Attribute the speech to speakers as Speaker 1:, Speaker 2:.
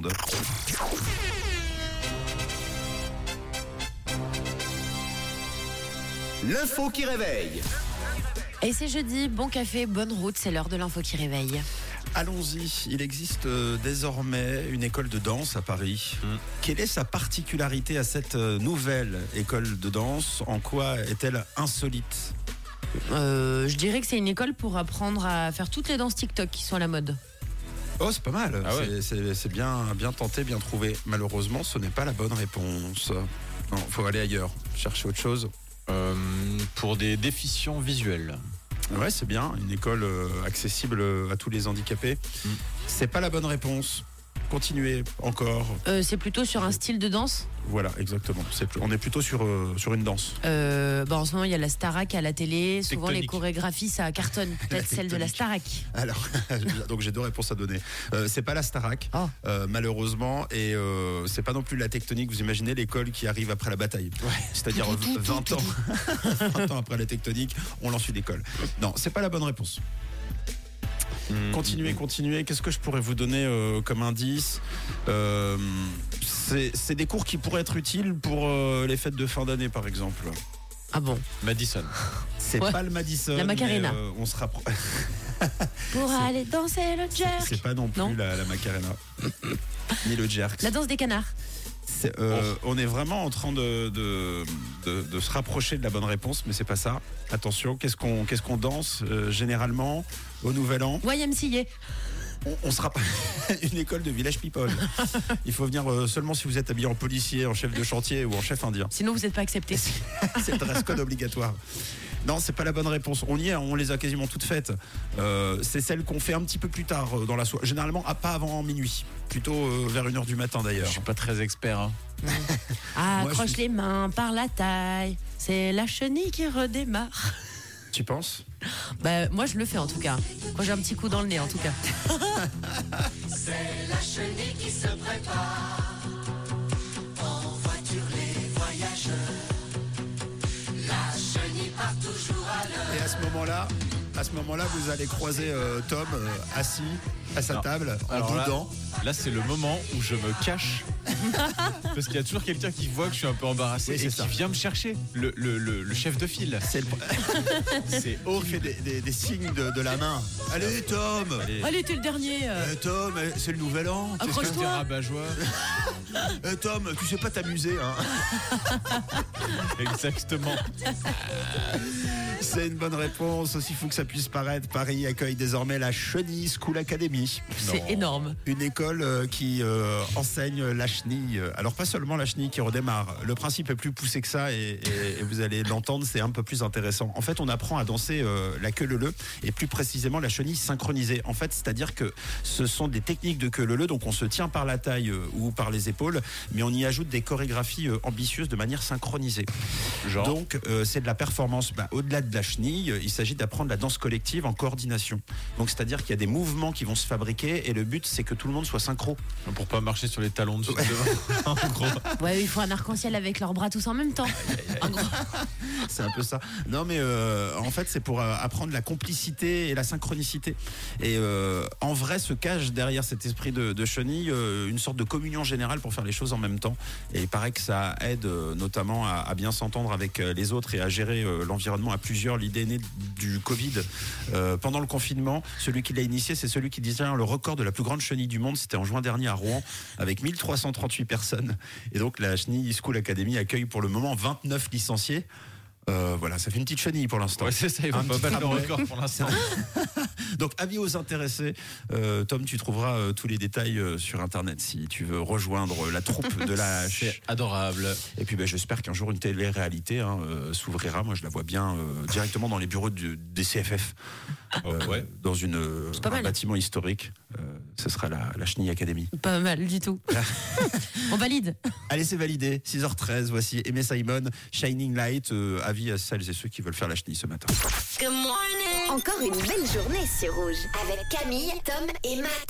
Speaker 1: monde.
Speaker 2: L'info qui réveille.
Speaker 3: Et c'est jeudi, bon café, bonne route, c'est l'heure de l'info qui réveille.
Speaker 4: Allons-y, il existe euh, désormais une école de danse à Paris.
Speaker 1: Hmm.
Speaker 4: Quelle est sa particularité à cette euh, nouvelle école de danse En quoi est-elle insolite
Speaker 3: Euh, je dirais que c'est une école pour apprendre à faire toutes les danses TikTok qui sont à la mode.
Speaker 4: Oh, c'est pas mal,
Speaker 1: Ah ouais.
Speaker 4: C'est- c'est c'est bien, bien tenté, bien trouvé. Malheureusement, ce n'est pas la bonne réponse. Non, faut aller ailleurs, chercher autre chose.
Speaker 1: Euh, pour des déficients visuels.
Speaker 4: Ouais, c'est bien, une école euh, accessible à tous les handicapés.
Speaker 1: Mm.
Speaker 4: C'est pas la bonne réponse. Continuez encore.
Speaker 3: Euh, c'est plutôt sur un style de danse.
Speaker 4: Voilà, exactement. C'est- on est plutôt sur, euh, sur une danse.
Speaker 3: Euh, bah, en ce moment, il y a la Starac à la télé. Souvent, les
Speaker 1: Tectonique.
Speaker 3: chorégraphies, ça cartonne. Peut-être celle de la
Speaker 4: tectonique.
Speaker 3: Starac.
Speaker 4: Alors, donc j'ai deux réponses à donner. Euh, c'est pas la Starac,
Speaker 3: Oh.
Speaker 4: euh, malheureusement, et euh, c'est pas non plus la tectonique. Vous imaginez l'école qui arrive après la bataille, c'est-à-dire
Speaker 3: Tout, tout, tout,
Speaker 4: 20
Speaker 3: tout,
Speaker 4: ans, 20 ans après la tectonique, on lance une école. Non, c'est pas la bonne réponse.
Speaker 1: Hmm. mm,
Speaker 4: Continuez, continuez. Qu'est-ce que je pourrais vous donner euh, comme indice Euh, C'est c'est des cours qui pourraient être utiles pour euh, les fêtes de fin d'année, par exemple.
Speaker 3: Ah bon
Speaker 1: Madison.
Speaker 4: C'est
Speaker 3: Ouais.
Speaker 4: pas le Madison.
Speaker 3: La Macarena.
Speaker 4: mais, euh, on se rapproche.
Speaker 3: Pour aller danser le
Speaker 4: C'est
Speaker 3: jerk.
Speaker 4: pas non plus
Speaker 3: Non.
Speaker 4: La, la Macarena. Ni le jerk.
Speaker 3: La danse des canards.
Speaker 4: C'est, euh, On est vraiment en train de, de, de- de se rapprocher de la bonne réponse, mais c'est pas ça. Attention, qu'est-ce qu'on qu'est-ce qu'on danse euh, généralement au Nouvel An
Speaker 3: YMCA.
Speaker 4: on, on sera pas une école de village people. Il faut venir euh, seulement si vous êtes habillé en policier, en chef de chantier ou en chef indien.
Speaker 3: Sinon, vous n'êtes pas accepté.
Speaker 4: C'est le dress code obligatoire. Non, c'est pas la bonne réponse. On y est, on les a quasiment toutes faites. Euh, c'est celle qu'on fait un petit peu plus tard euh, dans la soirée. Généralement, à pas avant minuit. Plutôt euh, vers 1h du matin
Speaker 1: Je
Speaker 4: d'ailleurs.
Speaker 1: suis pas très expert. hein.
Speaker 4: Moi, je
Speaker 3: Accroche
Speaker 4: suis-
Speaker 3: les mains par la taille. C'est la chenille qui redémarre.
Speaker 4: Tu penses
Speaker 3: Bah, moi, je le fais en tout cas. Quand j'ai un petit coup dans le nez, en tout cas.
Speaker 5: La chenille qui se prépare En voiture les voyageurs La chenille part toujours à l'heure
Speaker 4: Et à ce moment-là, à ce moment-là, vous allez croiser euh, Tom euh, assis à sa
Speaker 1: Non.
Speaker 4: table en
Speaker 1: Alors là-
Speaker 4: boudant.
Speaker 1: Là, c'est le moment où je me cache. Parce qu'il y a toujours quelqu'un qui voit que je suis un peu embarrassé
Speaker 4: Oui, c'est
Speaker 1: et qui
Speaker 4: ça.
Speaker 1: vient me chercher. Le, le- le- le chef de file.
Speaker 4: C'est le-
Speaker 1: C'est
Speaker 4: Il fait des, des- des signes de, de la main. Allez Tom
Speaker 1: Allez,
Speaker 3: Allez, t'es le dernier. euh.
Speaker 4: Eh, Tom, eh, c'est le nouvel an.
Speaker 1: qu'est-ce que
Speaker 3: Accroche-toi.
Speaker 1: t'es rabat-joie
Speaker 4: Eh, Tom, tu sais pas t'amuser. Hein.
Speaker 1: Exactement.
Speaker 4: C'est une bonne réponse, aussi fou que ça puisse paraître. Paris accueille désormais la Chenille School Academy.
Speaker 3: C'est énorme.
Speaker 4: Une école euh, qui euh, enseigne la chenille. Alors pas seulement la chenille qui redémarre. Le principe est plus poussé que ça et, et- et vous allez l'entendre, c'est un peu plus intéressant. En fait, on apprend à danser euh, la queue leu et plus précisément la chenille synchronisée. En fait, c'est-à-dire que ce sont des techniques de queue leu donc on se tient par la taille euh, ou par les épaules, mais on y ajoute des chorégraphies euh, ambitieuses de manière synchronisée.
Speaker 1: Genre.
Speaker 4: Donc, euh, c'est de la performance. Bah, Au-delà de la chenille, euh, il s'agit d'apprendre la danse collective en coordination. Donc, c'est-à-dire qu'il y a des mouvements qui vont se fabriquer et le but, c'est que tout le monde soit synchro.
Speaker 1: Pour pas marcher sur les talons de devant. En gros.
Speaker 3: Ouais, il faut un arc-en-ciel avec leurs bras tous en même temps. En gros.
Speaker 4: C'est un peu ça. Non, mais euh, en fait, c'est pour euh, apprendre la complicité et la synchronicité. Et euh, en vrai, se cache derrière cet esprit de, de chenille euh, une sorte de communion générale pour faire les choses en même temps. Et il paraît que ça aide euh, notamment à, à bien s'entendre avec euh, les autres et à gérer euh, l'environnement à plusieurs. L'idée est née du Covid. Euh, pendant le confinement, celui qui l'a initié, c'est celui qui disait le record de la plus grande chenille du monde. C'était en juin dernier à Rouen, avec 1338 personnes. Et donc, la Chenille School Academy accueille pour le moment 29 licenciés. Euh, voilà, ça fait une petite chenille pour l'instant.
Speaker 1: Ouais, c'est ça, il va
Speaker 4: Un
Speaker 1: pas
Speaker 4: petit
Speaker 1: battre le
Speaker 4: tramway.
Speaker 1: record pour l'instant.
Speaker 4: Donc, avis aux intéressés, euh, Tom, tu trouveras euh, tous les détails euh, sur Internet si tu veux rejoindre euh, la troupe de la
Speaker 1: C'est
Speaker 4: Ch.
Speaker 1: adorable.
Speaker 4: Et puis, ben, j'espère qu'un jour, une télé-réalité hein, euh, s'ouvrira. Moi, je la vois bien euh, directement dans les bureaux du- des CFF, euh,
Speaker 1: ouais.
Speaker 4: dans une, euh,
Speaker 3: C'est pas
Speaker 4: un
Speaker 3: mal.
Speaker 4: bâtiment historique. Euh, ce sera la, la Chenille Academy.
Speaker 3: Pas mal du tout. On valide.
Speaker 4: Allez, c'est validé. 6h13, voici Aimé Simon, Shining Light. euh, avis à celles et ceux qui veulent faire la Chenille ce matin.
Speaker 5: Good morning
Speaker 6: Encore une belle journée sur Rouge avec Camille, Tom et Matt.